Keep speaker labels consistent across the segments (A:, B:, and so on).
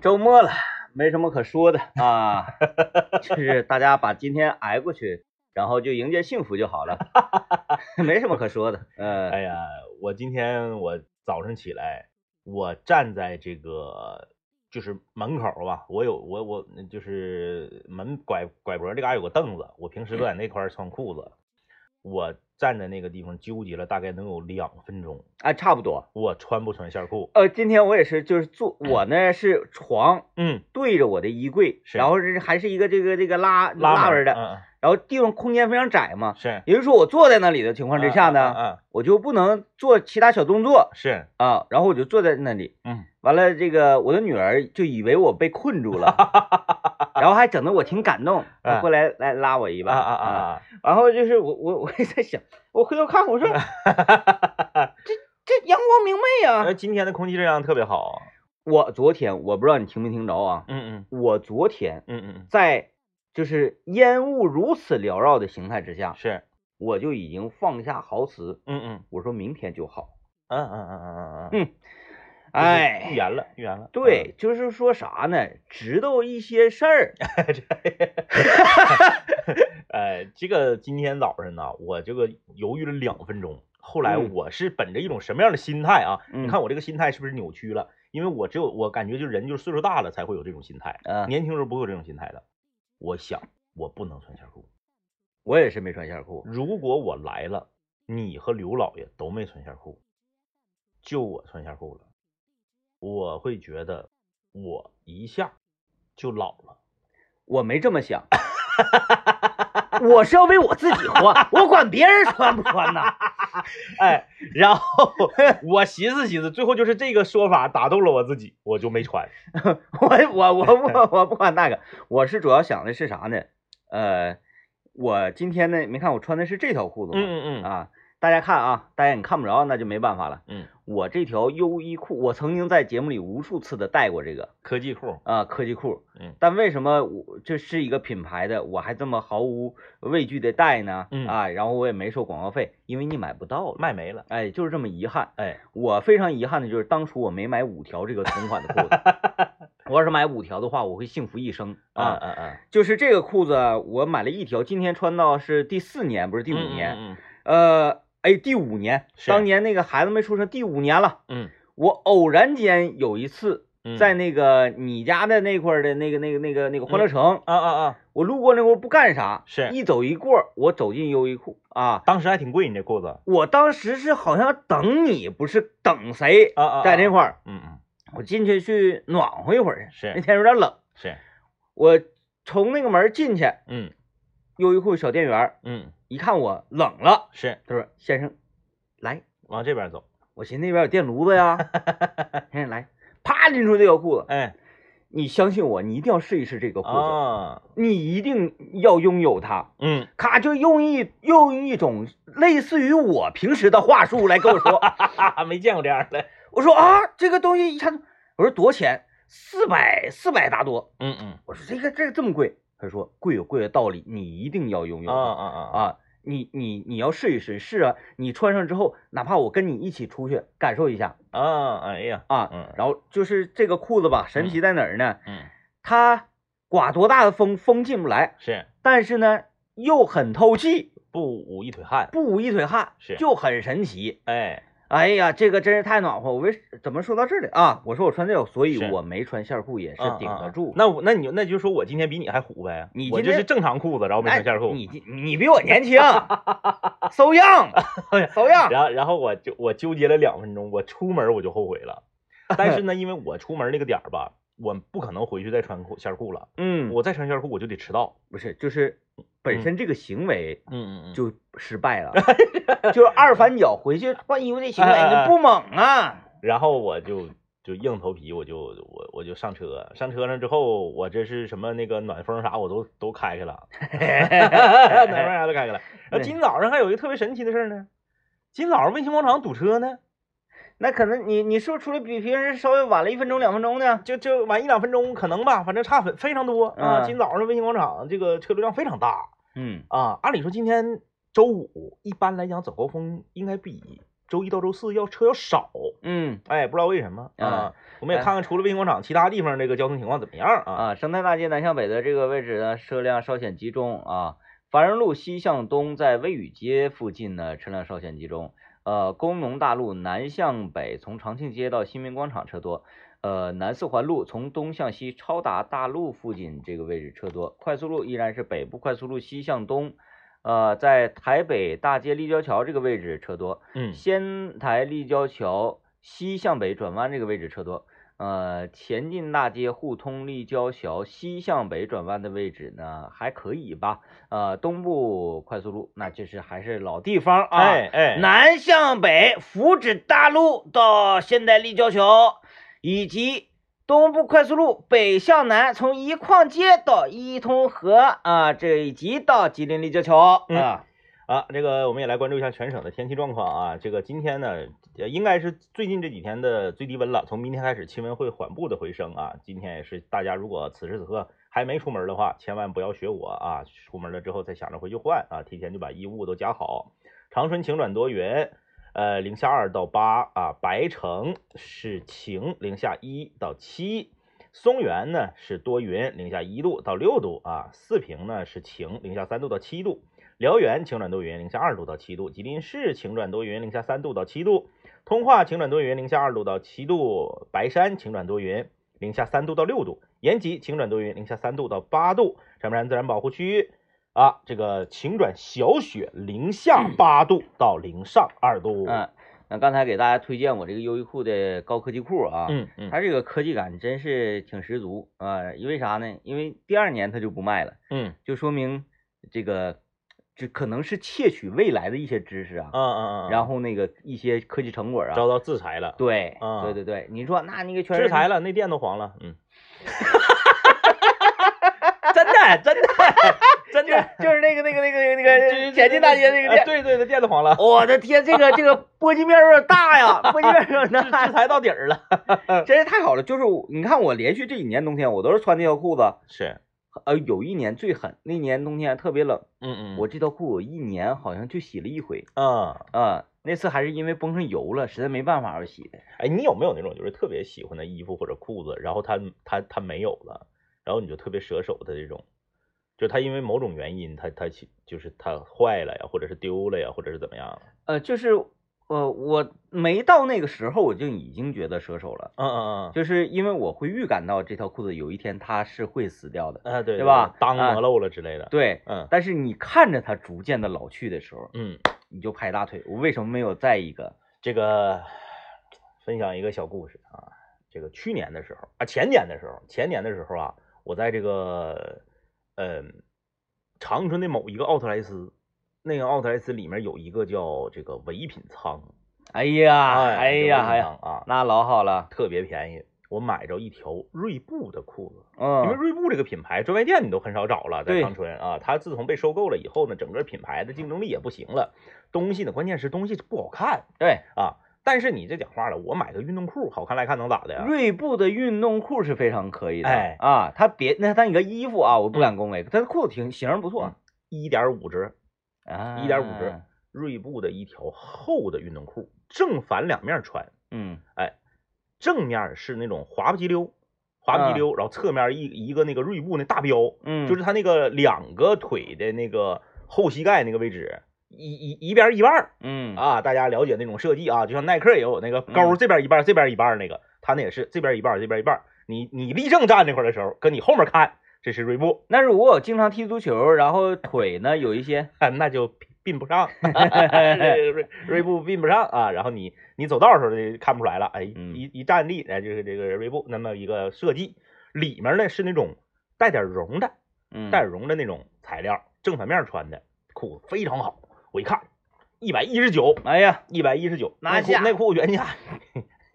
A: 周末了，没什么可说的啊，就是大家把今天挨过去，然后就迎接幸福就好 了，没什么可说的。呃，
B: 哎呀，我今天我早上起来，我站在这个就是门口吧，我有我我就是门拐拐脖这嘎有个凳子，我平时都在那块儿穿裤子，我站在那个地方纠结了大概能有两分钟，
A: 哎，差不多。
B: 我穿不穿线裤。
A: 呃，今天我也是，就是坐，我呢是床
B: 嗯，
A: 对着我的衣柜，
B: 是
A: 然后是还是一个这个这个拉
B: 拉
A: 拉
B: 门
A: 门
B: 儿
A: 的，
B: 嗯
A: 然后地方空间非常窄嘛
B: 嗯，是。
A: 也就是说我坐在那里的情况之下
B: 嗯
A: 呢，
B: 嗯嗯
A: 我就不能做其他小动作
B: 嗯是，
A: 啊，然后我就坐在那里。
B: 嗯，
A: 完了，这个我的女儿就以为我被困住 了，然后还整的我挺感动，她
B: 嗯
A: 过来来拉我一
B: 啊
A: 把
B: 啊啊
A: 然后就是我我我也在想，我回头看我 说
B: 啊！
A: 这阳光明媚
B: 而
A: 啊。
B: 哎今天的空气质量特别好。
A: 我昨天我不知道你听没听着啊，
B: 嗯嗯
A: 我昨天
B: 嗯嗯
A: 在就是烟雾如此缭绕的形态之
B: 嗯，
A: 下，
B: 是。
A: 我就已经放下豪词，
B: 嗯嗯
A: 我说明天就好。
B: 嗯嗯嗯嗯嗯嗯。
A: 嗯，
B: 就是
A: 哎嗯
B: 预，言了，预言了。
A: 对，就是说啥呢？知道一些事儿，
B: 嗯，呃，这个今天早上呢，我这个犹豫了两分钟，后来
A: 嗯
B: 我是本着一种什么样的心态啊？
A: 嗯
B: 你看我这个心态是不是扭曲了？因为我只有我感觉就人就是岁数大了才会有这种心态，
A: 啊，
B: 年轻时候不会有这种心态的。我想我不能穿线裤，
A: 我也是没穿线裤，
B: 如果我来了，你和刘老爷都没穿线裤，就我穿线裤了，我会觉得我一下就老了。
A: 我没这么想， 我是要为我自己活，我管别人穿不穿呐。
B: 哎，然后 我寻思寻思，最后就是这个说法打动了我自己，我就没穿。
A: 我我我不我不管那个，我是主要想的是啥呢？呃，我今天呢，没看我穿的是这条裤子吗？
B: 嗯
A: 啊，大家看啊，大家你看不着，那就没办法了。
B: 嗯，
A: 我这条优衣库，我曾经在节目里无数次的带过这个
B: 科技裤，
A: 啊、科技裤，
B: 嗯，
A: 但为什么我这是一个品牌的，我还这么毫无畏惧的带呢？
B: 嗯
A: 啊，然后我也没收广告费，因为你买不到了，
B: 卖没了。
A: 哎，就是这么遗憾。
B: 哎，
A: 我非常遗憾的就是当初我没买五条这个同款的裤子， 我要是买五条的话，我会幸福一生
B: 啊
A: 啊。
B: 啊啊！
A: 就是这个裤子啊，我买了一条，今天穿到是第四年，不是第
B: 第
A: 五年，
B: 嗯
A: 呃，哎，第五年，
B: 是
A: 当年那个孩子没出生，第五年了。
B: 嗯
A: 我偶然间有一次
B: 嗯
A: 在那个你家的那块儿的那个那个那个那个欢乐城，
B: 啊啊啊！
A: 我路过那块儿不干啥，
B: 是
A: 一走一过儿，我走进优衣库啊，
B: 当时还挺贵，你这裤子。
A: 我当时是好像等你，不是等谁，
B: 啊啊！
A: 在那块儿。
B: 嗯哎嗯，
A: 我进去去暖和一会儿去，
B: 是
A: 那天有点冷，
B: 是，
A: 我从那个门进去，
B: 嗯
A: 优衣库小店员儿
B: 嗯
A: 一看我冷了，
B: 是，
A: 他说：“先生，来。
B: 往这边走。”
A: 我寻思那边有电炉子 呀，先生来，啪拎出这条裤子，
B: 哎
A: 你相信我，你一定要试一试这个裤子，
B: 啊，
A: 你一定要拥有它。
B: 嗯
A: 咔，就用一用一种类似于我平时的话术来跟我 说，
B: 哈哈，啊没见过这样的。
A: 我说啊，这个东西一看，我说多少钱？四百四百大多，
B: 嗯嗯
A: 我说这个这个这么贵，他说贵有贵的道理，你一定要拥有
B: 啊
A: 它
B: 啊啊！
A: 啊！你你你要试一试，是啊，你穿上之后，哪怕我跟你一起出去感受一下
B: 啊！哎呀，
A: 啊。
B: 嗯
A: 然后就是这个裤子吧，神奇在哪儿呢？
B: 嗯
A: 它刮多大的风，风进不来，
B: 是，
A: 但是呢又很透气，
B: 不捂一腿汗。
A: 不捂一腿汗，
B: 是
A: 就很神奇。
B: 哎，
A: 哎呀，这个真是太暖和！我为怎么说到这里啊？我说我穿这个，所以
B: 是
A: 我没穿线裤也是顶得
B: 啊啊
A: 住
B: 啊。那我那你那你就说我今天比你还虎呗？
A: 你
B: 我
A: 今
B: 这
A: 天
B: 是正常裤子，然后没
A: 哎
B: 穿线裤。
A: 你这你比我年 轻，so young，so young。
B: 然后然后我就我纠结了两分钟，我出门我就后悔 了。但是呢，因为我出门那个点儿吧，我不可能回去再穿裤线裤了。
A: 嗯，
B: 我再穿线裤我就得迟到。
A: 不是，就是本身这个行为
B: 嗯嗯就
A: 就失败 了，就是二反脚回去换衣服这行为
B: 哎哎
A: 你
B: 哎
A: 不猛 啊？
B: 然后我就就硬头皮，我就我我就上车，上车上之后，我这是什么那个暖风啥我都都开 开了，暖风啥都开开了。然后今早上还有一个特别神奇的事儿呢，今早上卫星广场堵车呢，
A: 那可能你你是不是出来比平时稍微晚了一分钟两分钟呢？
B: 就就晚一两分钟可能吧，反正差很非常多啊。
A: 嗯
B: 今早上卫星广场这个车流量非常大。
A: 嗯，
B: 啊，按理说今天周五，一般来讲早高峰应该比周一到周四要车要少，
A: 嗯
B: 哎，不知道为什么啊。我们也看看除了卫星广场，其他地方这个交通情况怎么样啊？
A: 哎啊，生态大街南向北的这个位置呢，车辆稍显集中啊。繁荣路西向东，在卫宇街附近呢，车辆稍显集中。呃，工农大路南向北，从长庆街到新民广场车多。呃，南四环路从东向西，超达大路附近这个位置车多。快速路依然是北部快速路西向东，呃，在台北大街立交桥这个位置车多。
B: 嗯
A: 仙台立交桥西向北转弯这个位置车多，呃，前进大街互通立交桥西向北转弯的位置呢还可以吧，呃，东部快速路那就是还是老地方啊，
B: 哎哎，
A: 南向北福祉大路到仙台立交桥以及。东部快速路北向南，从一矿街到一通河啊，这以及到吉林立交桥、
B: 嗯
A: 啊，
B: 啊，这个我们也来关注一下全省的天气状况啊。这个今天呢，呃应该是最近这几天的最低温了，从明天开始气温会缓步的回升啊。今天也是大家如果此时此刻还没出门的话，千万不要学我啊，出门了之后再想着回去换啊，提前就把衣物都加好。长春晴转多云，呃，零下二到八啊，白城是晴，零下一到七。松原呢是多云，零下一度到六度啊。四平呢是晴，零下三度到七度。辽源晴转多云，零下二度到七度；吉林市晴转多云，零下三度到七度；通化晴转多云，零下二度到七度；白山晴转多云，零下三度到六度；延吉晴转多云，零下三度到八度；山不山自然保护区啊，这个晴转小雪，零下八度到零上二度。
A: 嗯，那刚才给大家推荐我这个优衣库的高科技裤啊，
B: 嗯嗯
A: 它这个科技感真是挺十足啊、因为啥呢？因为第二年它就不卖了，
B: 嗯
A: 就说明这个这可能是窃取未来的一些知识啊，
B: 嗯嗯嗯，
A: 然后那个一些科技成果啊，
B: 遭到制裁了，
A: 对、
B: 啊
A: 对对对，你说那你给全
B: 制裁
A: 了，
B: 了，那店都黄了。 嗯，
A: 真的真的
B: 真的，
A: 就是那个那个那个那个前进大街那个
B: 哎
A: 店。
B: 对对对，店都黄 了，
A: 我的天，这个这个波及面有点大呀，波及面有点
B: 制
A: 大
B: 制裁到底儿了。
A: 真是太好了，就是我你看我连续这几年冬天我都是穿这条裤子，
B: 是，
A: 呃，有一年最狠，那年冬天特别冷，
B: 嗯嗯，
A: 我这条裤我一年好像就洗了一回
B: 嗯。
A: 啊、那次还是因为崩上油了，实在没办法而洗的。
B: 哎，你有没有那种就是特别喜欢的衣服或者裤子，然后它它它没有了，然后你就特别舍手的这种，就它因为某种原因，它它其就是它坏了呀，或者是丢了呀，或者是怎么样了？
A: 呃，就是呃，我没到那个时候我就已经觉得舍手了，
B: 嗯嗯嗯，
A: 就是因为我会预感到这条裤子有一天它是会死掉的，
B: 啊对
A: 对吧
B: 当
A: 啊
B: 磨漏了之类的。
A: 对。
B: 嗯
A: 但是你看着它逐渐的老去的时候，
B: 嗯，
A: 你就拍大腿，我为什么没有再一个？
B: 这个分享一个小故事啊，这个去年的时候啊，前年的时候，前年的时候啊，我在这个嗯、长春的某一个奥特莱斯，那个奥特莱斯里面有一个叫这个唯品仓。
A: 哎呀，哎
B: 这
A: 呀，
B: 味
A: 哎呀，
B: 道啊，
A: 那老好了，
B: 特别便宜。我买着一条锐步的裤子，因
A: 嗯，
B: 为锐步这个品牌专卖店你都很少找了，在
A: 对
B: 长春啊，它自从被收购了以后呢，整个品牌的竞争力也不行了。东西呢，关键是东西不好看
A: 对，
B: 啊。但是你这讲话了，我买个运动裤，好看来看能咋的呀？
A: 锐步的运动裤是非常可以的，
B: 哎嗯
A: 啊，它别那它那个衣服啊，我不敢恭维，它的裤子挺型儿不错，
B: 一点五折，
A: 啊，
B: 1.5折，锐步的一条厚的运动裤，正反两面穿，
A: 嗯，
B: 正面是那种滑不及溜，滑不及溜，然后侧面一一个那个锐步那大标，
A: 嗯，
B: 就是他那个两个腿的那个后膝盖那个位置，一一一边儿一半儿
A: 嗯
B: 啊，大家了解那种设计啊，就像耐克也有那个勾儿
A: 嗯
B: 这边一半儿，这边一半儿那个，他那也是这边一半儿，这边一半儿。你你立正站那块儿的时候，跟你后面看，这是锐步，
A: 那如果我经常踢足球，然后腿呢有一些，
B: 那就并并不 上，锐锐锐步并不上啊。然后你你走道的时候就看不出来了，哎，
A: 嗯
B: 一一站立，哎，就是这个锐步那么一个设计，里面呢是那种带点绒的，
A: 嗯，
B: 带绒的那种材料，正反面穿的裤子非常好。我一看，一百一十九，
A: 哎呀，
B: 一百一十九，
A: 拿
B: 内裤
A: 下
B: 内裤原价，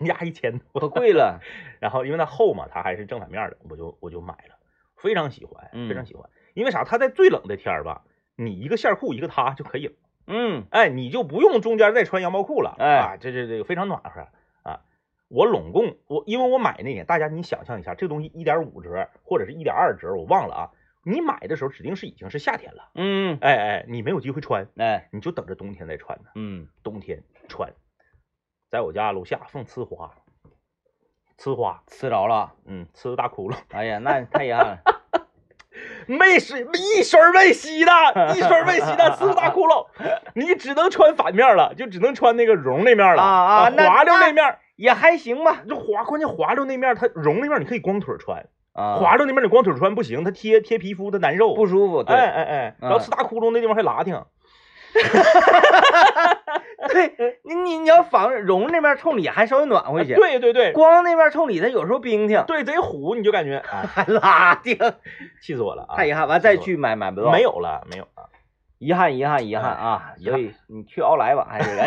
B: 原价一千
A: 可
B: 多。
A: 贵了，
B: 然后因为它厚嘛，它还是正反面的，我就我就买了，非常喜欢，非常
A: 嗯
B: 喜欢。因为啥？它在最冷的天儿吧，你一个线裤一个它就可以了，
A: 嗯，
B: 哎，你就不用中间再穿羊毛裤了，
A: 哎
B: 啊，这这这个非常暖和啊。我拢共我因为我买那年，大家你想象一下，这东西一点五折或者是一点二折，我忘了啊。你买的时候指定是已经是夏天了，
A: 嗯，
B: 哎哎，你没有机会穿，
A: 哎，
B: 你就等着冬天再穿呢。
A: 嗯，
B: 冬天穿，在我家楼下放呲花，呲花，
A: 吃着了，
B: 嗯，呲个大窟窿，
A: 哎呀，那太遗憾了，
B: 没水，一水儿没吸 的，一水儿没吸的，呲个大窟窿，你只能穿反面了，就只能穿那个绒那面了
A: 啊啊那
B: 滑溜那面，
A: 也还行吧，
B: 这滑关键滑溜那面，它绒那面你可以光腿穿，
A: 啊，
B: 滑溜那面你光腿穿不行，它贴贴皮肤它难受，
A: 不舒服，
B: 哎
A: 对嗯
B: 哎哎，然后呲大窟窿那地方还拉挺，
A: 对，你你你要仿绒那边冲里还稍微暖和一些，
B: 对对对
A: 光那边冲里它有时候冰挺，
B: 对，贼虎你就感觉，哎，
A: 还拉丁，
B: 气死我了啊！
A: 太遗憾，完再去买买不到，
B: 没有了，没有了。
A: 遗憾，遗憾，遗憾啊！
B: 遗
A: 所
B: 憾
A: 以你去奥莱吧，还 是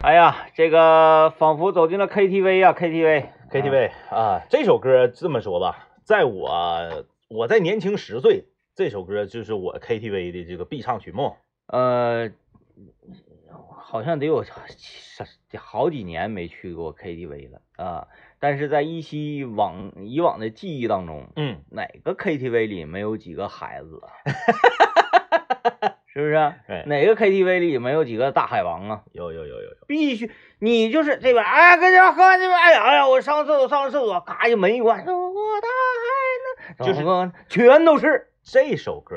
A: 哎呀，这个仿佛走进了 KTV 啊，KTV
B: KTV 啊，这首歌这么说吧，在我我在年轻十岁，这首歌就是我 KTV 的这个必唱曲目。
A: 呃，好像得有好几年没去过 KTV 了啊。但是在依稀往以往的记忆当中，
B: 嗯，
A: 哪个 KTV 里没有几个孩子啊？是不是啊？
B: 对
A: 哪个 KTV 里没有几个大海王啊？
B: 哎有有有有有，
A: 必须，你就是这边，哎呀，跟这边喝完这边，哎呀，哎呀，我上个厕所，上个厕所，咔一门一关，我的孩子，
B: 就是
A: 是全都是，
B: 这首歌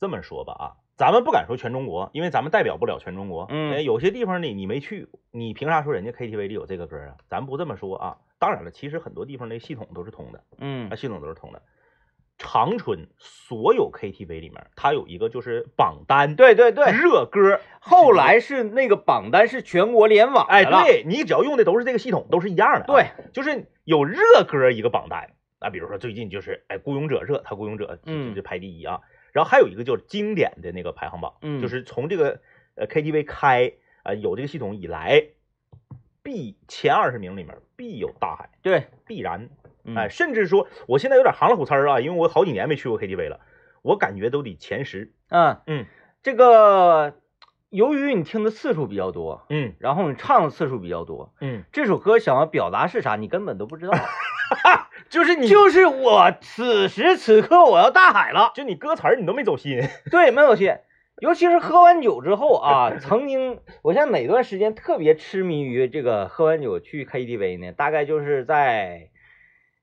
B: 这么说吧啊，咱们不敢说全中国，因为咱们代表不了全中国。
A: 嗯
B: 哎有些地方呢你没去，你凭啥说人家 KTV 里有这个歌啊？咱不这么说啊。当然了，其实很多地方的系统都是通的，
A: 嗯
B: 啊，系统都是通的。长春所有 KTV 里面，它有一个就是榜单，
A: 对对对，
B: 热歌。
A: 后来是那个榜单是全国联网的
B: 哎，
A: 了，
B: 对你只要用的都是这个系统，都是一样的、啊
A: 对，
B: 就是有热歌一个榜单啊，比如说最近就是哎《孤勇者热》，它《孤勇者》
A: 嗯
B: 这这排第一啊，然后还有一个叫经典的那个排行榜，
A: 嗯
B: 就是从这个呃 KTV 开呃有这个系统以来，必前二十名里面必有大海，
A: 对，
B: 必然
A: 嗯
B: 哎，甚至说我现在有点行了虎刺儿啊，因为我好几年没去过 KTV 了，我感觉都得前十，
A: 嗯
B: 嗯
A: 这个由于你听的次数比较多，
B: 嗯
A: 然后你唱的次数比较多，
B: 嗯，
A: 这首歌想要表达是啥，你根本都不知 道，
B: 就是你
A: 就是我此时此刻我要大海了。
B: 就你歌词儿你都没走心，
A: 对，没有戏。尤其是喝完酒之后啊，曾经我像哪段时间特别痴迷于这个喝完酒去 KTV 呢？大概就是在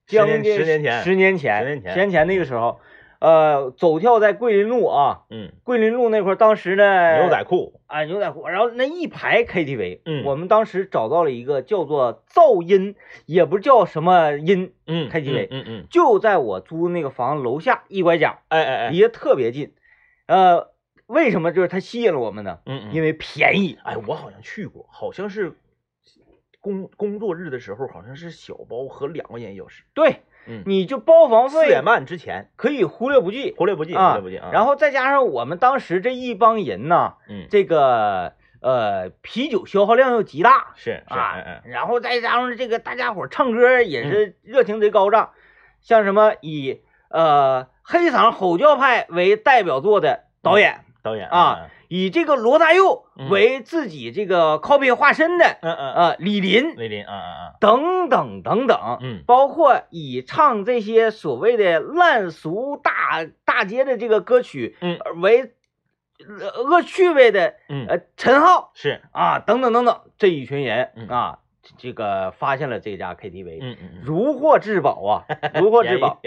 B: 十
A: 将
B: 年
A: 近
B: 十年前
A: 十年前、
B: 十年前
A: 那个时候，呃，走跳在桂林路啊，
B: 嗯，
A: 桂林路那块儿，当时呢，
B: 牛仔裤。
A: 啊牛仔裤，然后那一排 KTV，
B: 嗯
A: 我们当时找到了一个叫做噪音，也不叫什么音，
B: 嗯
A: KTV
B: 嗯嗯，嗯
A: 就在我租那个房楼下一拐角，
B: 哎哎哎，
A: 离得特别近。呃，为什么就是它吸引了我们呢？
B: 嗯嗯，
A: 因为便宜。
B: 哎，我好像去过，好像是工工作日的时候，好像是小包合两块钱一小时，
A: 对，
B: 嗯
A: 你就包房
B: 四
A: 费
B: 点半之前，
A: 可以忽略不计
B: 忽略不计，忽
A: 啊
B: 略不计啊。
A: 然
B: 后，
A: 后再加上我们当时这一帮人呢，
B: 嗯，
A: 这个呃啤酒消耗量又极大
B: 是是，哎
A: 啊
B: 哎，，嗯
A: 然后再加上这个大家伙儿唱歌也是热情贼高涨，像什么以呃黑嗓吼叫派为代表作的导演，
B: 导演
A: 啊，以这个罗大佑
B: 嗯
A: 为自己这个 copy 化身的。
B: 嗯嗯嗯，
A: 啊，李林
B: 雷林，嗯嗯
A: 等等等等，
B: 嗯嗯，
A: 包括以唱这些所谓的烂俗大大街的这个歌曲
B: 嗯
A: 呃为呃恶趣味的
B: 嗯
A: 呃陈浩
B: 是，
A: 啊等等等等这一群人
B: 嗯
A: 啊，这这个发现了这家 KTV，
B: 嗯嗯嗯，
A: 如获至宝啊，如获至 宝。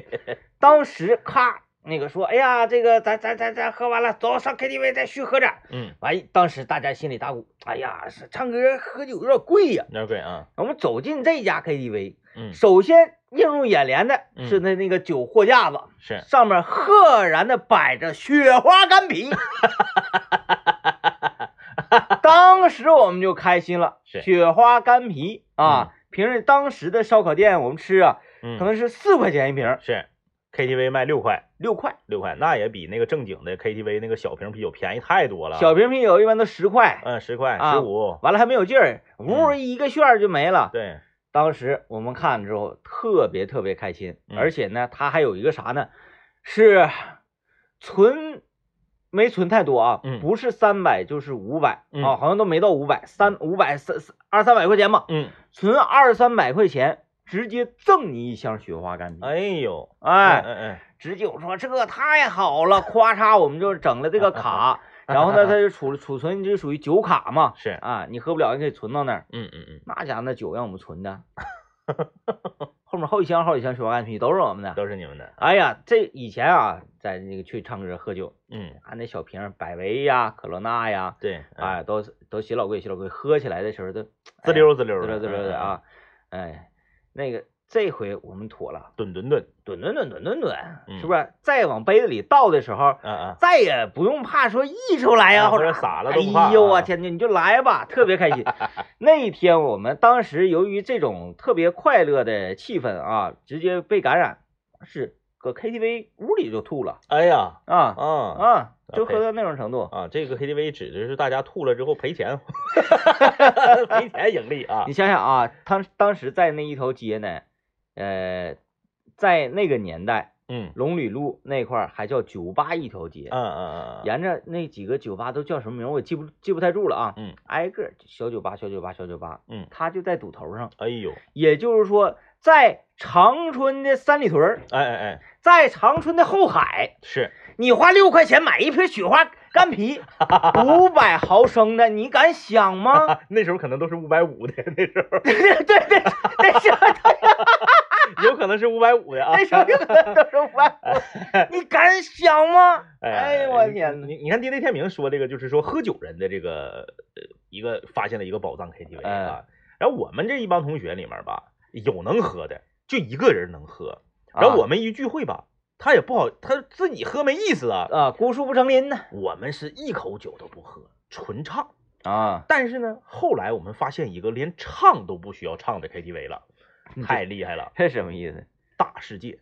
A: 当时咔那个说，哎呀，这个咱咱咱咱喝完了，走上 KTV 再续喝点儿。
B: 嗯，
A: 完，哎当时大家心里打鼓，哎呀，是唱歌喝酒有点贵呀、
B: 那是贵啊，
A: 我们走进这家 KTV，
B: 嗯
A: 首先映入眼帘的是那那个酒货架子，
B: 是，
A: 上面赫然的摆着雪花干 啤。当时我们就开心了，
B: 是
A: 雪花干啤啊！平时当时的烧烤店我们吃啊，
B: 嗯，
A: 可能是四块钱一瓶，
B: 是 KTV 卖六块。
A: 六块。
B: 六块，那也比那个正经的 KTV 那个小瓶啤酒便宜太多了。
A: 小瓶啤酒一般都十块，
B: 啊嗯，十块、
A: 啊
B: 十五，
A: 完了还没有劲儿，呜
B: 嗯
A: 一个旋儿就没了。
B: 对，
A: 当时我们看了之后特别特别开心，
B: 嗯
A: 而且呢，它还有一个啥呢？是存没存太多啊，
B: 嗯
A: 不是三百就是五百、
B: 嗯
A: 啊，好像都没到五百，三五百三二三百块钱吧，
B: 嗯，
A: 存二三百块钱直接赠你一箱雪花干啤，
B: 哎呦，
A: 哎，
B: 嗯嗯，
A: 十九说这太好了，咔嚓我们就整了这 个卡，然后呢它就储储存就属于酒卡嘛，
B: 是，
A: 啊，你喝不了你可以存到那儿。
B: 嗯嗯嗯，
A: 那家伙那酒让我们存的，后面好几箱好几箱雪花干啤都是我们的。
B: 都是你们的，
A: 哎呀，这以前啊，在那个去唱歌喝酒，
B: 嗯，
A: 啊那小瓶儿百威呀、可乐娜呀，
B: 对，嗯，
A: 哎都都写老贵写老贵，喝起来的时候都
B: 滋
A: 哎
B: 溜滋溜
A: 滋溜
B: 的嗯
A: 滋溜的，啊，哎，那个这回我们妥了，
B: 嗯嗯顿顿顿，
A: 吨吨吨吨吨吨，
B: 嗯
A: 是不是？再往杯子里倒的时候，
B: 嗯嗯，
A: 再也不用怕说溢出来呀、
B: 啊
A: 或者
B: 或者洒了
A: 哎
B: 都不怕
A: 呦我
B: 啊
A: 天呐，你就来吧，特别开 心。那一天我们当时由于这种特别快乐的气氛啊，直接被感染，是搁 KTV 屋里就吐了
B: 哎呀，
A: 啊
B: 啊
A: 啊，就
B: 啊
A: 喝到那种程度。
B: 啊，这个 KTV 指的是大家吐了之后赔 钱，赔钱盈利啊
A: 你，想想啊，当当时在那一条街呢，呃，在那个年代，
B: 嗯
A: 龙里路那块儿还叫酒吧一条街
B: 嗯，嗯嗯嗯，
A: 沿着那几个酒吧都叫什么名儿我也记不记不太住了啊，
B: 嗯，
A: 挨个儿小酒吧小酒吧小酒吧，
B: 嗯
A: 它就在堵头上，
B: 哎呦，
A: 也就是说，在长春的三里屯儿，
B: 哎哎哎，
A: 在长春的后海，
B: 是，
A: 你花六块钱买一瓶雪花干啤，五百毫升的，你敢想吗？
B: 那时候可能都是五百五的，那时候
A: 对对对，那时候
B: 有可能是五百五的啊
A: 那。时候有可能都是五百五，你敢想吗？哎
B: 哎
A: 呦我天哪
B: 你你看 DJ 天明说这个，就是说喝酒人的这个呃一个发现了一个宝藏
A: 哎
B: KTV 啊。然后我们这一帮同学里面吧，有能喝的，就一个人能喝。
A: 啊
B: 然后我们一聚会吧，他也不好，他自己喝没意思啊。
A: 啊，孤树不成林呢
B: 我们是一口酒都不喝，纯唱。
A: 啊，
B: 但是呢，后来我们发现一个连唱都不需要唱的 KTV 了，
A: 嗯
B: 太厉害了！
A: 这什么意思？
B: 大世界，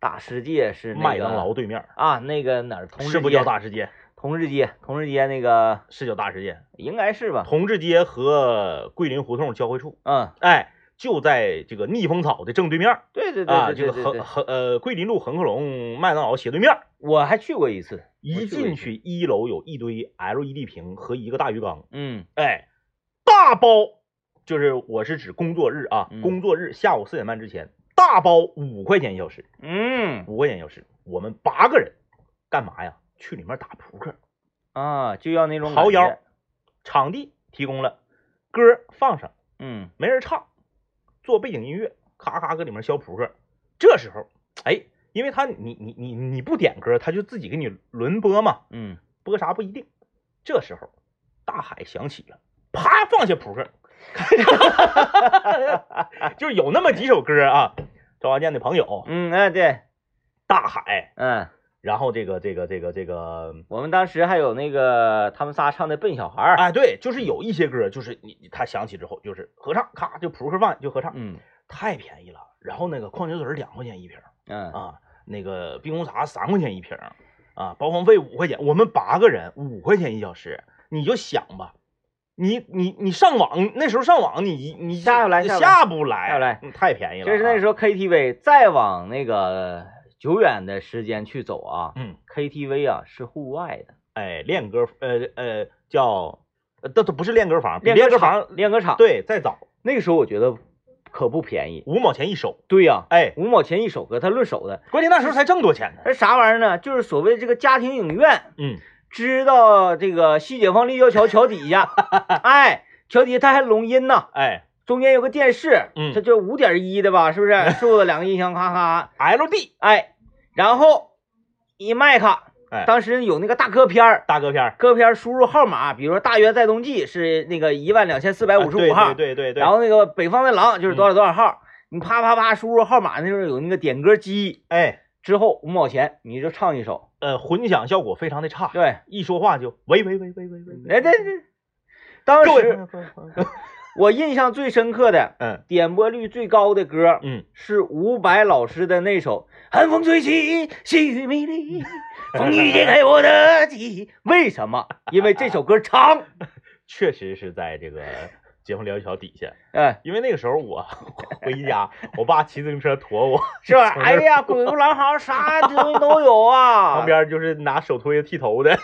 A: 大世界是那个
B: 麦当劳对面，
A: 啊，那个哪儿同
B: 是
A: 志
B: 不
A: 街
B: 叫？大世界？
A: 同志街，同志街那个
B: 是叫大世界。
A: 应该是吧？
B: 同志街和桂林胡同交汇处，
A: 嗯，
B: 哎，就在这个逆风草的正对面儿
A: 对对
B: 啊，
A: 对对
B: 这
A: 对
B: 个
A: 对
B: 横
A: 对，
B: 横呃桂林路恒客隆麦当劳斜对面儿，
A: 我还去过一次，
B: 一进，去一楼有一堆 LED 屏和一个大鱼缸，
A: 嗯
B: 哎，大包就是我是指工作日啊，
A: 嗯
B: 工作日下午四点半之前，大包五块钱一小时，
A: 嗯
B: 五块钱一小时，我们八个人干嘛呀？去里面打扑克，
A: 啊，就要那种
B: 桃
A: 感
B: 腰
A: 觉，，
B: 场地提供了，歌放上。
A: 嗯
B: 没人唱，做背景音乐，咔咔搁里面削扑克。这时候，哎，因为他你你你你不点歌，他就自己给你轮播嘛，
A: 嗯，
B: 播啥不一定。这时候，大海响起了，啪放下扑克， 就是有那么几首歌啊，赵华健的朋友，
A: 嗯哎对，
B: 大海，
A: 嗯，
B: 然后这个这个这个这个，
A: 我们当时还有那个他们仨唱的《笨小孩》，
B: 哎，对，就是有一些歌，就是你你他响起之后，就是合唱，咔就扑克放就合唱，
A: 嗯
B: 太便宜了。然后那个矿泉水两块钱一瓶。
A: 嗯
B: 啊，那个冰红茶三块钱一瓶儿，啊，包房费五块钱，我们八个人五块钱一小时，你就想吧，你你你上网那时候上网你你
A: 下不来下不来
B: 下不来
A: 下不来
B: 嗯太便宜了啊，
A: 这是那时
B: 候
A: 候 KTV，再往那个久远的时间去走啊
B: 嗯，
A: ，KTV 啊是户外的，
B: 哎练歌呃呃叫，呃都都不是练歌房，比
A: 练
B: 歌
A: 歌
B: 房
A: 场，练歌场，，
B: 对再早
A: 那个时候我觉得可不便宜，
B: 五毛钱一首，
A: 对呀，
B: 哎，
A: 五毛钱一首歌，他论首的。
B: 关键那时候才挣多钱呢，
A: 那啥玩意儿呢？就是所谓这个家庭影院，
B: 嗯，
A: 知道这个西解放立交桥桥底 下，哎，桥底下它还拢音呢，
B: 哎
A: 中间有个电视，
B: 嗯
A: 它就五点一的吧，是不是？竖着两个音箱，咔咔，
B: L D
A: 哎，然后一麦卡，
B: 哎
A: 当时有那个大歌片儿。
B: 大哥片儿，
A: 歌片儿输入号码，比如说《大约在冬季》是那个一万两千四百
B: 哎
A: 五十五号，
B: 对对对嗯对，
A: 然后那个《北方的狼》就是多少多少号，你啪啪啪输入号码，那时候有那个点歌机，
B: 哎
A: 之后五毛钱你就唱一首，
B: 呃混响效果非常的差，
A: 对，
B: 一说话就喂喂喂喂喂喂，喂
A: 哎，对对，当
B: 各位
A: 时
B: 朋友，
A: 我印象最深刻的、
B: 嗯
A: 点播率最高的歌
B: 嗯，
A: 是伍佰老师的那首《寒风吹起，细雨迷 离，风雨揭开我的记忆》。为什么？因为这首歌长。
B: 确实是在这个解放辽桥底下，
A: 哎，
B: 因为那个时候我回家，我爸骑自行车驮我，
A: 是吧？哎呀，鬼哭狼嚎，啥东西都 有啊。
B: 旁边就是拿手推剃头的，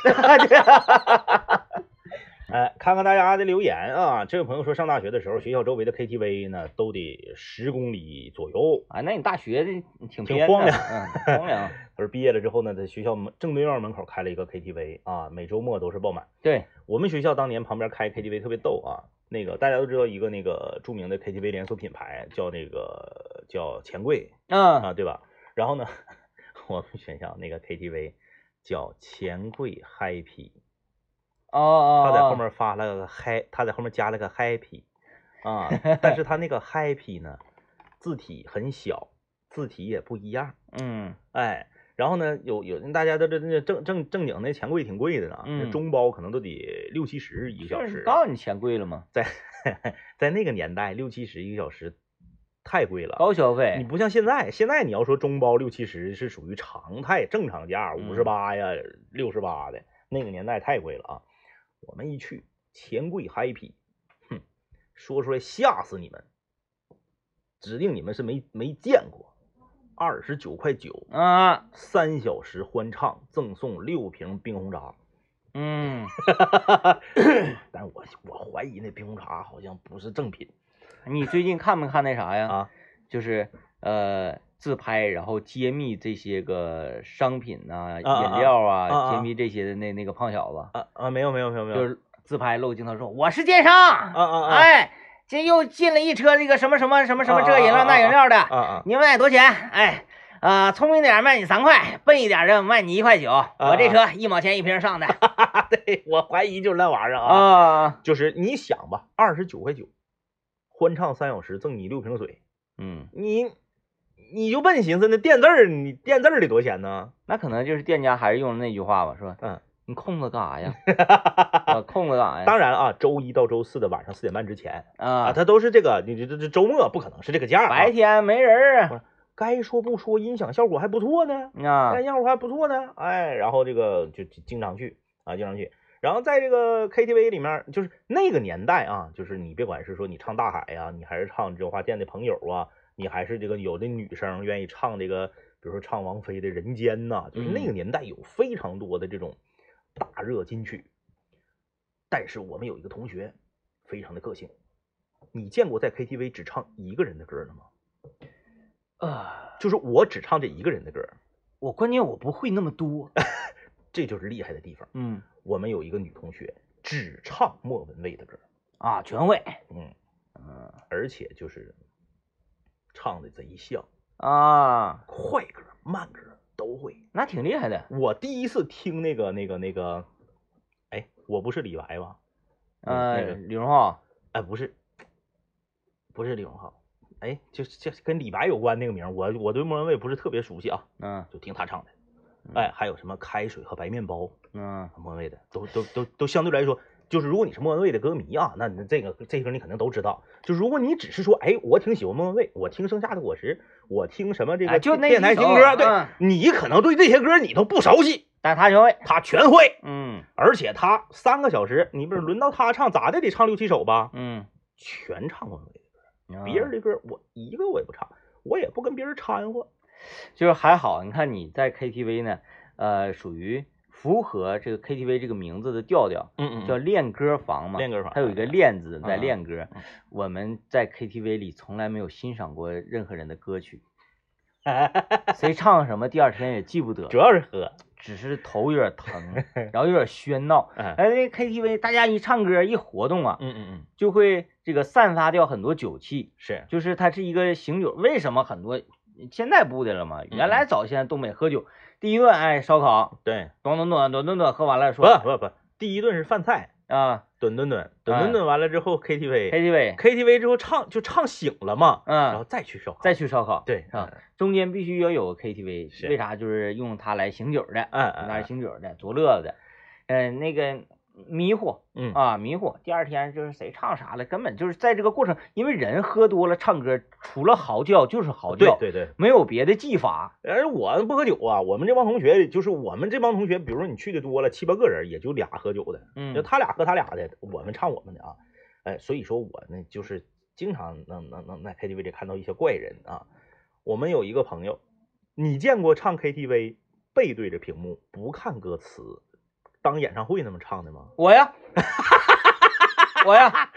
B: 呃，看看大家的留言啊。这位朋友说，上大学的时候，学校周围的 KTV 呢，都得十公里左右。
A: 啊，那你大学这挺
B: 挺
A: 偏
B: 荒
A: 的
B: 凉
A: 嗯，荒凉。
B: 他说，毕业了之后呢，在学校门正对面门口开了一个 KTV 啊，每周末都是爆满。
A: 对，
B: 我们学校当年旁边开 KTV 特别逗啊，那个大家都知道一个那个著名的 KTV 连锁品牌叫那个叫钱柜
A: 嗯，
B: 啊，对吧？然后呢， 我们学校那个 KTV 叫钱柜 Happy，
A: 哦哦，
B: 他在
A: 哦
B: 后，面发了个 Hi，他在后面加了个 Happy 啊，但是他那个 Happy 呢，字体很小，字体也不一样，
A: 嗯
B: 哎。然后呢，有有大家都这这正正正经那钱柜挺贵的呢，
A: 嗯
B: 中包可能都得六七十一个小
A: 就是
B: 时。
A: 告诉你钱贵了吗？
B: 在 在那个年代，六七十一个小时太贵了。
A: 高消
B: 你
A: 费，
B: 不像现在，现在你要说中包六七十是属于常态正常价，
A: 嗯
B: 五十八呀、六十八的，那个年代太贵了啊！我们一去，钱柜 happy，哼，说出来吓死你们，指定你们是没没见过。二十九块九，
A: 啊，
B: 三小时欢唱，赠送六瓶冰红茶。
A: 嗯，
B: 但我我怀疑那冰红茶好像不是正品
A: 你最近看没看那啥呀？
B: 啊。
A: 就是呃自拍，然后揭秘这些个商品呐、
B: 啊啊
A: 饮料
B: 啊啊
A: 揭秘这些的那那个胖小子，
B: 啊啊，没有没有没有没有，
A: 就是自拍露镜头说我是奸商，
B: 啊啊啊
A: 哎，这又进了一车这个什么什么什么什么这饮料
B: 啊啊啊
A: 那饮料的，
B: 啊 啊，
A: 你们买多少钱？哎。啊、聪明点儿卖你三块，笨一点儿的卖你一块九。
B: 啊
A: 我这车一毛钱一瓶上的
B: 对我怀疑就是那玩意儿啊，
A: 啊。
B: 就是你想吧，二十九块九，欢唱三小时赠你六瓶水，
A: 嗯，
B: 你你就笨寻思那垫字儿，你垫字儿得多少钱呢？
A: 那可能就是店家还是用了那句话吧，说
B: 嗯，
A: 你空着干啥呀？ 啊，空着干啥呀？
B: 当然啊，周一到周四的晚上四点半之前啊，
A: 啊，
B: 它都是这个，你这这这周末不可能是这个价、啊，
A: 白天没人儿啊。
B: 该说不说，音响效果还不错呢，
A: 啊
B: 哎，，样我还不错呢，哎，然后这个就就经常去啊，经常去。然后在这个 KTV 里面，就是那个年代啊，就是你别管是说你唱大海呀、你还是唱这花店的朋友啊，你还是这个有的女生愿意唱这个，比如说唱王菲的《人间》呐、就是那个年代有非常多的这种大热金曲。但是我们有一个同学非常的个性，你见过在 KTV 只唱一个人的歌的吗？
A: 啊，
B: 就是我只唱这一个人的歌，
A: 我关键我不会那么 多。
B: 这就是厉害的地方。
A: 嗯，
B: 我们有一个女同学只唱莫文蔚的歌，
A: 啊，全会。
B: 嗯，
A: 嗯
B: 而且就是唱的贼像，
A: 啊，
B: 快歌、慢歌都会。
A: 那挺厉害的。
B: 我第一次听那个、那个、那个，哎，我不是李白吧？嗯那
A: 呃，
B: 个
A: 李荣浩
B: 哎，不是，不是李荣浩，哎，就是这跟李白有关那个名儿，我我对莫文蔚不是特别熟悉啊，
A: 嗯
B: 就听他唱的。哎，还有什么开水和白面包，
A: 嗯
B: 莫文蔚的，都都都都相对来说，就是如果你是莫文蔚的歌迷啊，那你这个这歌你肯定都知道。就如果你只是说，哎，我挺喜欢莫文蔚，我听盛夏的果实，我听什么这个、
A: 哎就那
B: 电
A: 几
B: 台新
A: 首
B: 歌，对、
A: 嗯
B: 你可能对这些歌你都不熟悉，
A: 但他全会。
B: 他全会，
A: 嗯
B: 而且他三个小时，你不是轮到他唱，咋的得唱六七首吧，
A: 嗯，
B: 全唱莫文蔚，
A: 啊
B: 别人的歌我一个我也不唱，我也不跟别人掺和。
A: 就是还好。你看你在 KTV 呢，呃，属于符合这个 KTV 这个名字的调调，
B: 嗯
A: 叫练歌房嘛。
B: 练歌房
A: 它有一个“练”字在
B: 嗯
A: 练歌
B: 嗯。
A: 我们在 KTV 里从来没有欣赏过任何人的歌 曲，谁唱什么第二天也记不得
B: 主。要是喝，
A: 只是头有点疼， 然后有点喧闹。
B: 嗯
A: 哎，那 KTV 大家一唱歌一活动啊，
B: 嗯嗯嗯，
A: 就会这个散发掉很多酒气，
B: 是，
A: 就是它是一个醒酒。为什么很多现在不的了
B: 嗯
A: 嘛？原来早先东北喝酒，第一顿哎烧烤，
B: 对，
A: 咚咚咚咚咚咚喝完了
B: 不
A: 说
B: 不不，第一顿是饭菜。
A: 啊
B: 蹲蹲蹲蹲
A: 哎
B: 蹲蹲完了之后 KTV
A: ，KTV，
B: KTV 之后唱就唱醒了嘛，然后
A: 嗯，
B: 再去烧烤，
A: 再去烧烤，
B: 对
A: 啊
B: 嗯
A: 中间必须要有个 KTV，
B: 是
A: 为啥？就是用它来醒酒的，
B: 嗯
A: 拿来
B: 嗯
A: 醒酒的，作乐的，嗯，那个迷糊。
B: 嗯
A: 啊，迷糊。第二天就是谁唱啥了，根本就是在这个过程，因为人喝多了唱歌，除了嚎叫就是嚎
B: 对
A: 叫，
B: 对对，
A: 没有别的技法。
B: 而我不喝酒啊，我们这帮同学就是我们这帮同学，比如说你去的多了，七八个人也就俩喝酒的，就
A: 嗯
B: 他俩喝他俩的，我们唱我们的啊，哎，所以说我呢就是经常能能能在 KTV 里看到一些怪人啊，我们有一个朋友，你见过唱 KTV 背对着屏幕不看歌词当演唱会那么唱的吗？
A: 我呀， 我呀，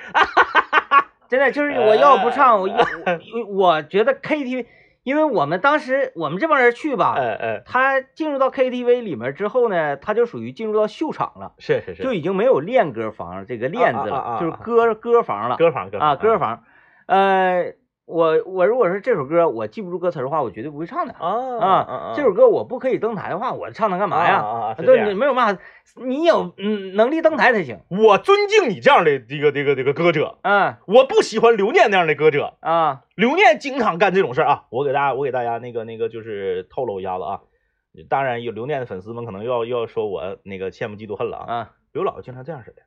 A: 真的就是我要不唱，我一
B: 哎
A: 我我觉得 KTV，因为我们当时我们这帮人去吧，
B: 嗯嗯，
A: 他进入到 KTV 里面之后呢，他就属于进入到秀场了，
B: 是是是，
A: 就已经没有练歌房这个链子
B: 啊啊啊
A: 了，
B: 啊
A: 就是歌歌房了
B: 歌房歌
A: 啊，歌
B: 房
A: 房。呃，我我如果是这首歌我记不住歌词的话，我绝对不会唱的。
B: 啊
A: 啊，这首歌我不可以登台的话，我唱它干嘛呀？
B: 啊，是这
A: 对，你
B: 样。
A: 没有办法，你有嗯能力登台才行。
B: 我尊敬你这样的这个这个这个歌者，
A: 嗯
B: 我不喜欢刘念那样的歌者。
A: 啊，
B: 刘念经常干这种事儿啊！我给大家，我给大家那个那个就是透露一下子啊。当然，有刘念的粉丝们可能又要又要说我那个羡慕嫉妒恨了啊。
A: 啊，
B: 刘老经常这样式的，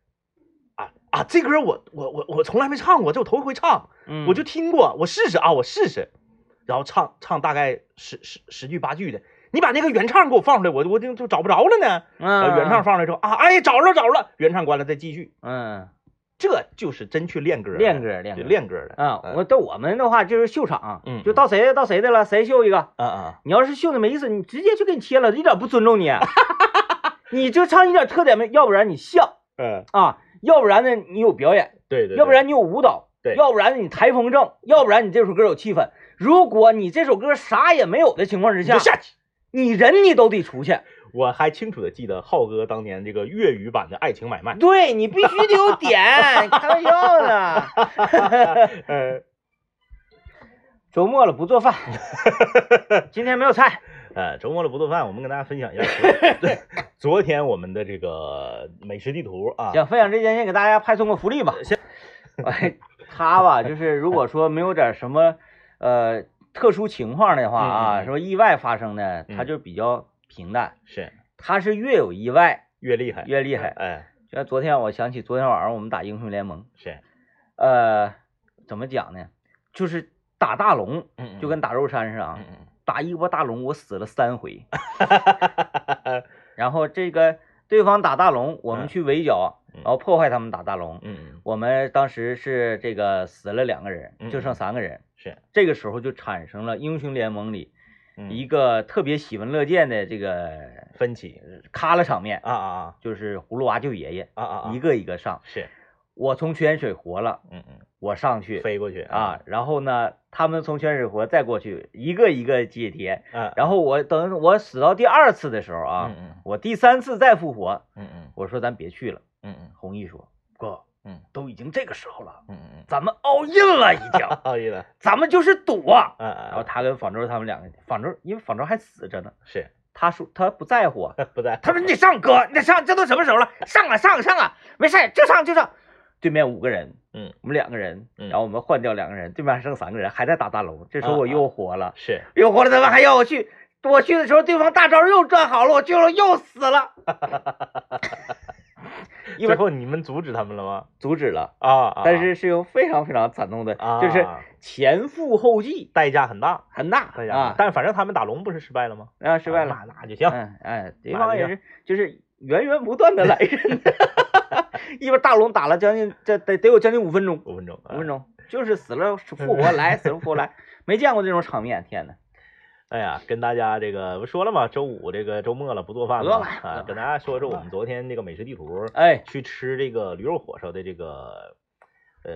B: 啊啊，这歌我我我我从来没唱过，这我头一回唱，
A: 嗯，
B: 我就听过，我试试啊，我试试，然后唱唱大概十十十句八句的，你把那个原唱给我放出来，我我就就找不着了呢。
A: 嗯
B: 把原唱，放出来之后啊，哎，找着找着，原唱关了再继续，
A: 嗯，
B: 这就是真去练歌的，
A: 练歌练
B: 就
A: 歌
B: 练歌的，
A: 啊，
B: 嗯
A: 我到我们的话就是秀场，
B: 嗯
A: 就到谁到谁的了，谁秀一个。
B: 啊啊，
A: 你要是秀的没意思，你直接就给你切了，一点不尊重你。啊 你就唱一点特点没，要不然你像
B: 嗯，
A: 啊，要不然呢你有表演，
B: 对对，
A: 要不然你有舞蹈，
B: 对
A: 要不然你台风正，要不然你这首歌有气氛。如果你这首歌啥也没有的情况之
B: 你就
A: 下，
B: 下去。
A: 你人你都得出去，
B: 我还清楚的记得浩哥当年这个粤语版的《爱情买卖》
A: 对你必须得有 点，开玩笑呢。嗯
B: 呃，
A: 周末了不做 饭，今天没有菜，
B: 呃，周末的不做饭，我们跟大家分享一下昨对昨 天我们的这个美食地图啊。
A: 想分享这件事给大家派送个福利吧。 哎，他吧，就是如果说没有点什么呃特殊情况的话
B: 嗯嗯
A: 啊，
B: 嗯
A: 什么意外发生的，
B: 嗯
A: 他就比较平淡。
B: 是
A: 他是越有意外
B: 越厉害
A: 越厉害。
B: 哎，
A: 就像昨天我想起昨天晚上我们打英雄联盟，
B: 是，
A: 呃，怎么讲呢？就是打大龙，
B: 嗯
A: 就跟打肉山似的啊。
B: 嗯嗯
A: 打一波大龙，我死了三 回。
B: 嗯
A: 然后这个对方打大龙，我
B: 嗯
A: 们去围剿，
B: 嗯
A: 然后破坏他们打大龙。
B: 嗯
A: 我们当时是这个死了两个人
B: 嗯，
A: 就剩三个人。
B: 是
A: 这个时候就产生了英雄联盟里
B: 嗯
A: 一个特别喜闻乐见的这个
B: 分歧
A: 咔啦场面，
B: 啊啊
A: 就是葫芦娃救爷爷，
B: 啊啊啊啊
A: 一个一个上。
B: 是
A: 我从泉水活了，
B: 嗯嗯
A: 我上去
B: 飞过去
A: 啊，然后呢，他们从泉水活再过去，一个一个解贴。
B: 嗯
A: 然后我等我死到第二次的时候啊，
B: 嗯嗯
A: 我第三次再复活，
B: 嗯嗯
A: 我说咱别去了。
B: 嗯嗯
A: 弘毅说：“哥，
B: 嗯
A: 都已经这个时候了，
B: 嗯嗯
A: 咱们 all in 了，已经
B: 嗯，，好意思，
A: 咱们就是赌啊。”
B: 嗯
A: 然后
B: 嗯
A: 他跟方舟他们两个，方舟因为方舟还死着呢，
B: 是
A: 他说他不在乎啊，
B: 不在
A: 他说你得上哥，你得上，这都什么时候了，上啊上啊上啊，没事儿就上就上。对面五个人，
B: 嗯，
A: 我们两个人，
B: 嗯啊
A: 然后我们换掉两个人，对面还剩三个人，还在打大龙。这时候我又活了，
B: 是
A: 又活了，他们还要我去。我去的时候，对方大招又转好了，我去了又死 了，一
B: 最
A: 会儿
B: 后你们阻止他们了吗？
A: 阻止了，
B: 啊，啊
A: 但是是有非常非常惨痛的，
B: 啊
A: 就是前赴后继
B: 代价很大，
A: 很大
B: 代价很大
A: 啊，
B: 但反正他们打龙不是失败了吗？
A: 啊失败了。
B: 那那就行，
A: 嗯哎，对
B: 马
A: 方
B: 上
A: 也
B: 要
A: 是，就是源源不断的来 人，一边大龙打了将近这得得有将近五分钟，
B: 五分钟，啊
A: 五分钟
B: 哎
A: 就是死了复
B: 嗯
A: 活来，死了复活 来，没见过这种场面，天哪！
B: 哎呀，跟大家这个不说了嘛，周五这个周末了，不做饭
A: 不做
B: 了
A: 饭不做
B: 啊，
A: 饭
B: 跟大家说说我们昨天这个美食地图
A: 哎，
B: 去吃这个驴肉火烧的这个呃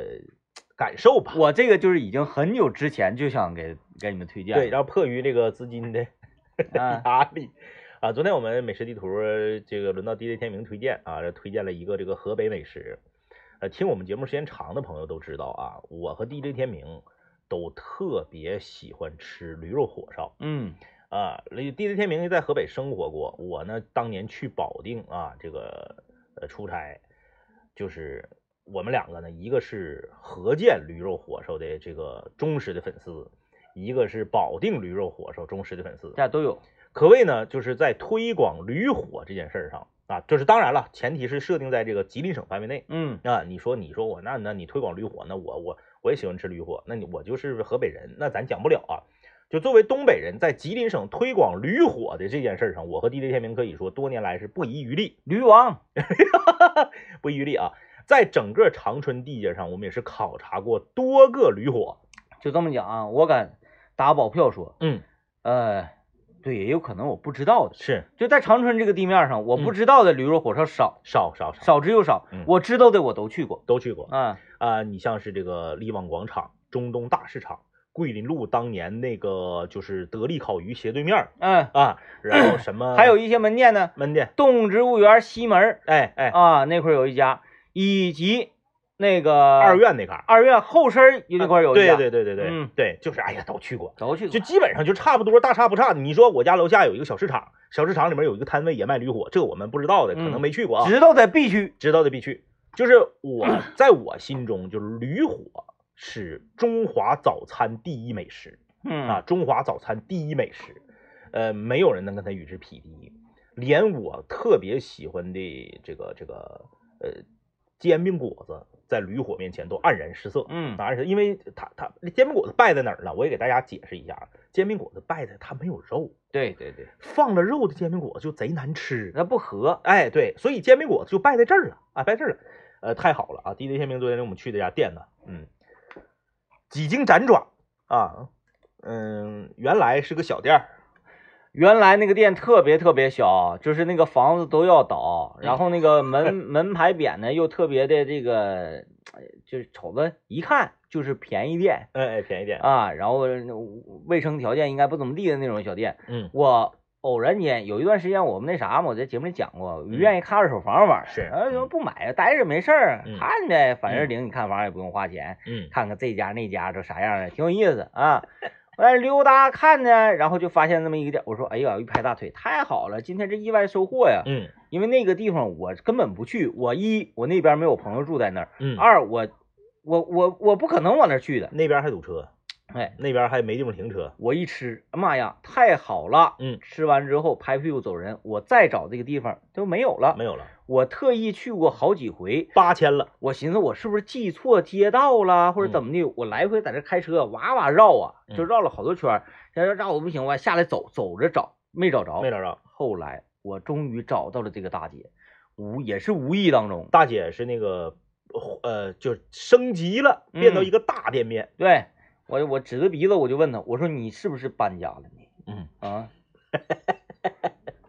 B: 感受吧。
A: 我这个就是已经很久之前就想给给你们推荐了，
B: 对，然后迫于这个资金的
A: 啊
B: 压力啊，昨天我们美食地图这个轮到 DJ 天明推荐啊，这推荐了一个这个河北美食。呃，听我们节目时间长的朋友都知道啊，我和 DJ 天明都特别喜欢吃驴肉火烧。
A: 嗯
B: 啊，李地雷天明在河北生活过，我呢当年去保定啊，这个呃出差，就是我们两个呢，一个是河间驴肉火烧的这个忠实的粉丝，一个是保定驴肉火烧忠实的粉丝
A: 大，家都有，
B: 可谓呢就是在推广驴火这件事儿上啊，就是当然了，前提是设定在这个吉林省范围内。
A: 嗯
B: 啊，你说你说我那那你推广驴火，那我我我也喜欢吃驴火，那你我就是河北人，那咱讲不了啊。就作为东北人，在吉林省推广驴火的这件事上，我和 DJ 天明可以说多年来是不遗余力，
A: 驴王，
B: 不遗余力啊。在整个长春地界上，我们也是考察过多个驴火。
A: 就这么讲啊，我敢打保票说，
B: 嗯，
A: 呃，对，也有可能我不知道的，
B: 是
A: 就在长春这个地面上，我
B: 嗯
A: 不知道的驴肉火烧少，
B: 少少少
A: 少之又少
B: 嗯。
A: 我知道的我都去过
B: 都去过啊、
A: 啊，
B: 你像是这个力旺广场、中东大市场、桂林路当年那个就是得力烤鱼斜对面儿
A: 嗯，
B: 啊，然后什么
A: 还有一些门店呢，
B: 门店，
A: 动物植物园西门儿
B: 哎哎，
A: 啊那块儿有一家，以及那个
B: 二院那嘎、儿
A: 二院后身儿那块儿有一
B: 对
A: 家，
B: 对对对对、
A: 嗯
B: 对，就是哎呀都去过，
A: 都去
B: 就
A: 过。
B: 基本上就差不多，大差不差的。你说我家楼下有一个小市场，小市场里面有一个摊位也卖驴火，这个我们不知道的，可能
A: 嗯
B: 没去过啊，
A: 知道在必须
B: 知道的必去。就是我在我心中，就是驴火是中华早餐第一美食
A: 嗯
B: 啊，中华早餐第一美食，呃，没有人能跟它与之匹敌。连我特别喜欢的这个这个呃煎饼果子，在驴火面前都黯然失色。
A: 嗯
B: 哪是因为它它煎饼果子败在哪儿呢？我也给大家解释一下，啊，煎饼果子败在它没有肉，
A: 对对对，
B: 放了肉的煎饼果子就贼难吃。
A: 那不合，
B: 哎，对，所以煎饼果子就败在这儿了啊，败这儿了。呃，太好了啊！地雷天明昨天我们去这家店呢，嗯，几经辗转啊，嗯，原来是个小店儿，
A: 原来那个店特别特别小，就是那个房子都要倒，然后那个
B: 嗯
A: 门门牌匾呢又特别的这个，呃就是瞅着一看就是便宜店
B: 哎哎，便宜店，
A: 啊，然后那卫生条件应该不怎么地的那种小店。
B: 嗯，
A: 我偶然间有一段时间我们那啥嘛，我在节目里讲过，愿意看二手房玩儿，
B: 嗯是
A: 然后就
B: 嗯
A: 不买，待着没事儿
B: 嗯
A: 看呗，反正
B: 嗯
A: 领你看房也不用花钱。
B: 嗯，
A: 看看这家那家都啥样的，挺有意思啊。我在溜达看呢，然后就发现这么一个店，我说：“哎呀，一拍大腿，太好了！今天这意外收获呀！
B: 嗯，
A: 因为那个地方我根本不去，我一我那边没有朋友住在那儿，
B: 嗯，
A: 二我我我我不可能往那儿去的。
B: 那边还堵车，
A: 哎，
B: 那边还没地方停车，
A: 我一吃，哎妈呀，太好了！
B: 嗯，
A: 吃完之后拍屁股走人，我再找这个地方都没有了
B: 没。有了，
A: 我特意去过好几回，
B: 八千了，
A: 我寻思我是不是记错街道了，或者怎么的？我来回在这开车哇哇绕啊，
B: 嗯
A: 就绕了好多圈儿。要是绕我不行，我还下来走走着找，没找着。
B: 没找着。
A: 后来我终于找到了这个大姐，无也是无意当中，
B: 大姐是那个，呃，就升级了，变
A: 嗯
B: 到一个大店面，
A: 对我我指着鼻子我就问她，我说你是不是搬家了你
B: 嗯，
A: 啊？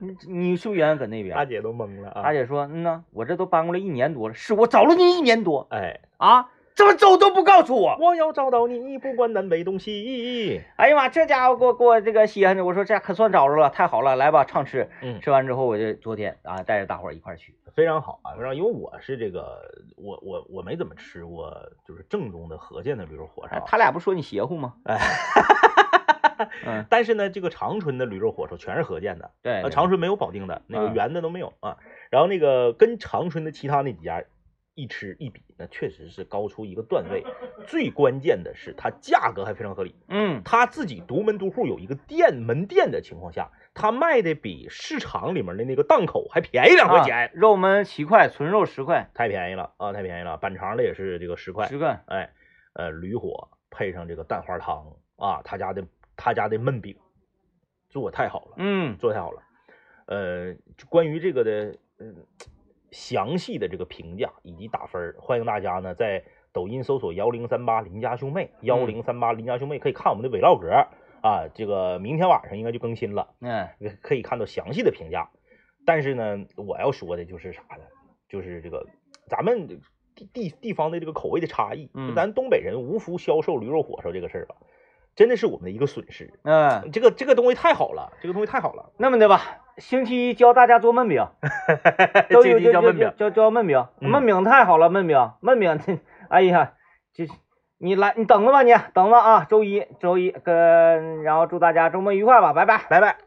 A: 你你是不是原来搁那边？
B: 大姐都懵了啊，
A: 大，姐说，嗯呐，我这都搬过来一年多了，是我找了你一年多
B: 哎，
A: 啊，怎么走都不告诉我。
B: 我要找到你，不管南北东西。
A: 哎呀妈，这家伙给我给我这个稀罕的，我说这可算找着了，太好了，来吧，畅吃。
B: 嗯，
A: 吃完之后，我就昨天啊带着大伙儿一块儿去，
B: 非常好啊，非常，因为我是这个，我我我没怎么吃过，就是正宗的河间的驴肉火烧
A: 哎。他俩不说你邪乎吗？哎， 嗯，
B: 但是呢，这个长春的驴肉火烧全是河间的，
A: 对，
B: 呃，
A: 对
B: 长春没有保定的，那个
A: 嗯
B: 圆的都没有啊。然后那个跟长春的其他那几家一吃一比，那确实是高出一个段位。最关键的是，它价格还非常合理。
A: 嗯
B: 他自己独门独户有一个店门店的情况下，他卖的比市场里面的那个档口还便宜两块
A: 啊
B: 钱，
A: 肉焖七块，纯肉十块，
B: 太便宜了啊，太便宜了。板肠的也是这个十块，
A: 十块，
B: 哎，呃，驴火配上这个蛋花汤啊，他家的他家的焖饼做得太好了，
A: 嗯
B: 做得太好了。呃，就关于这个的，嗯，详细的这个评价以及打分儿，欢迎大家呢在抖音搜索幺零三八林家兄妹，幺零三八林家兄妹可以看我们的 vlog 啊，这个明天晚上应该就更新了，
A: 嗯
B: 可以看到详细的评价。但是呢，我要说的就是啥呢？就是这个咱们地地地方的这个口味的差异，
A: 嗯
B: 咱东北人无福消受驴肉火烧这个事儿吧，真的是我们的一个损失。
A: 嗯，
B: 这个这个东西太好了，这个东西太好了。
A: 那么的吧，星期一教大家做焖 饼，都
B: 这
A: 有
B: 期
A: 教
B: 叫
A: 教
B: 焖饼
A: 教，教教焖饼，
B: 嗯
A: 焖饼太好了，焖饼焖饼， 这哎呀，这你来你等着吧你，等着啊，周一周一跟，然后祝大家周末愉快吧，拜拜。
B: 拜拜。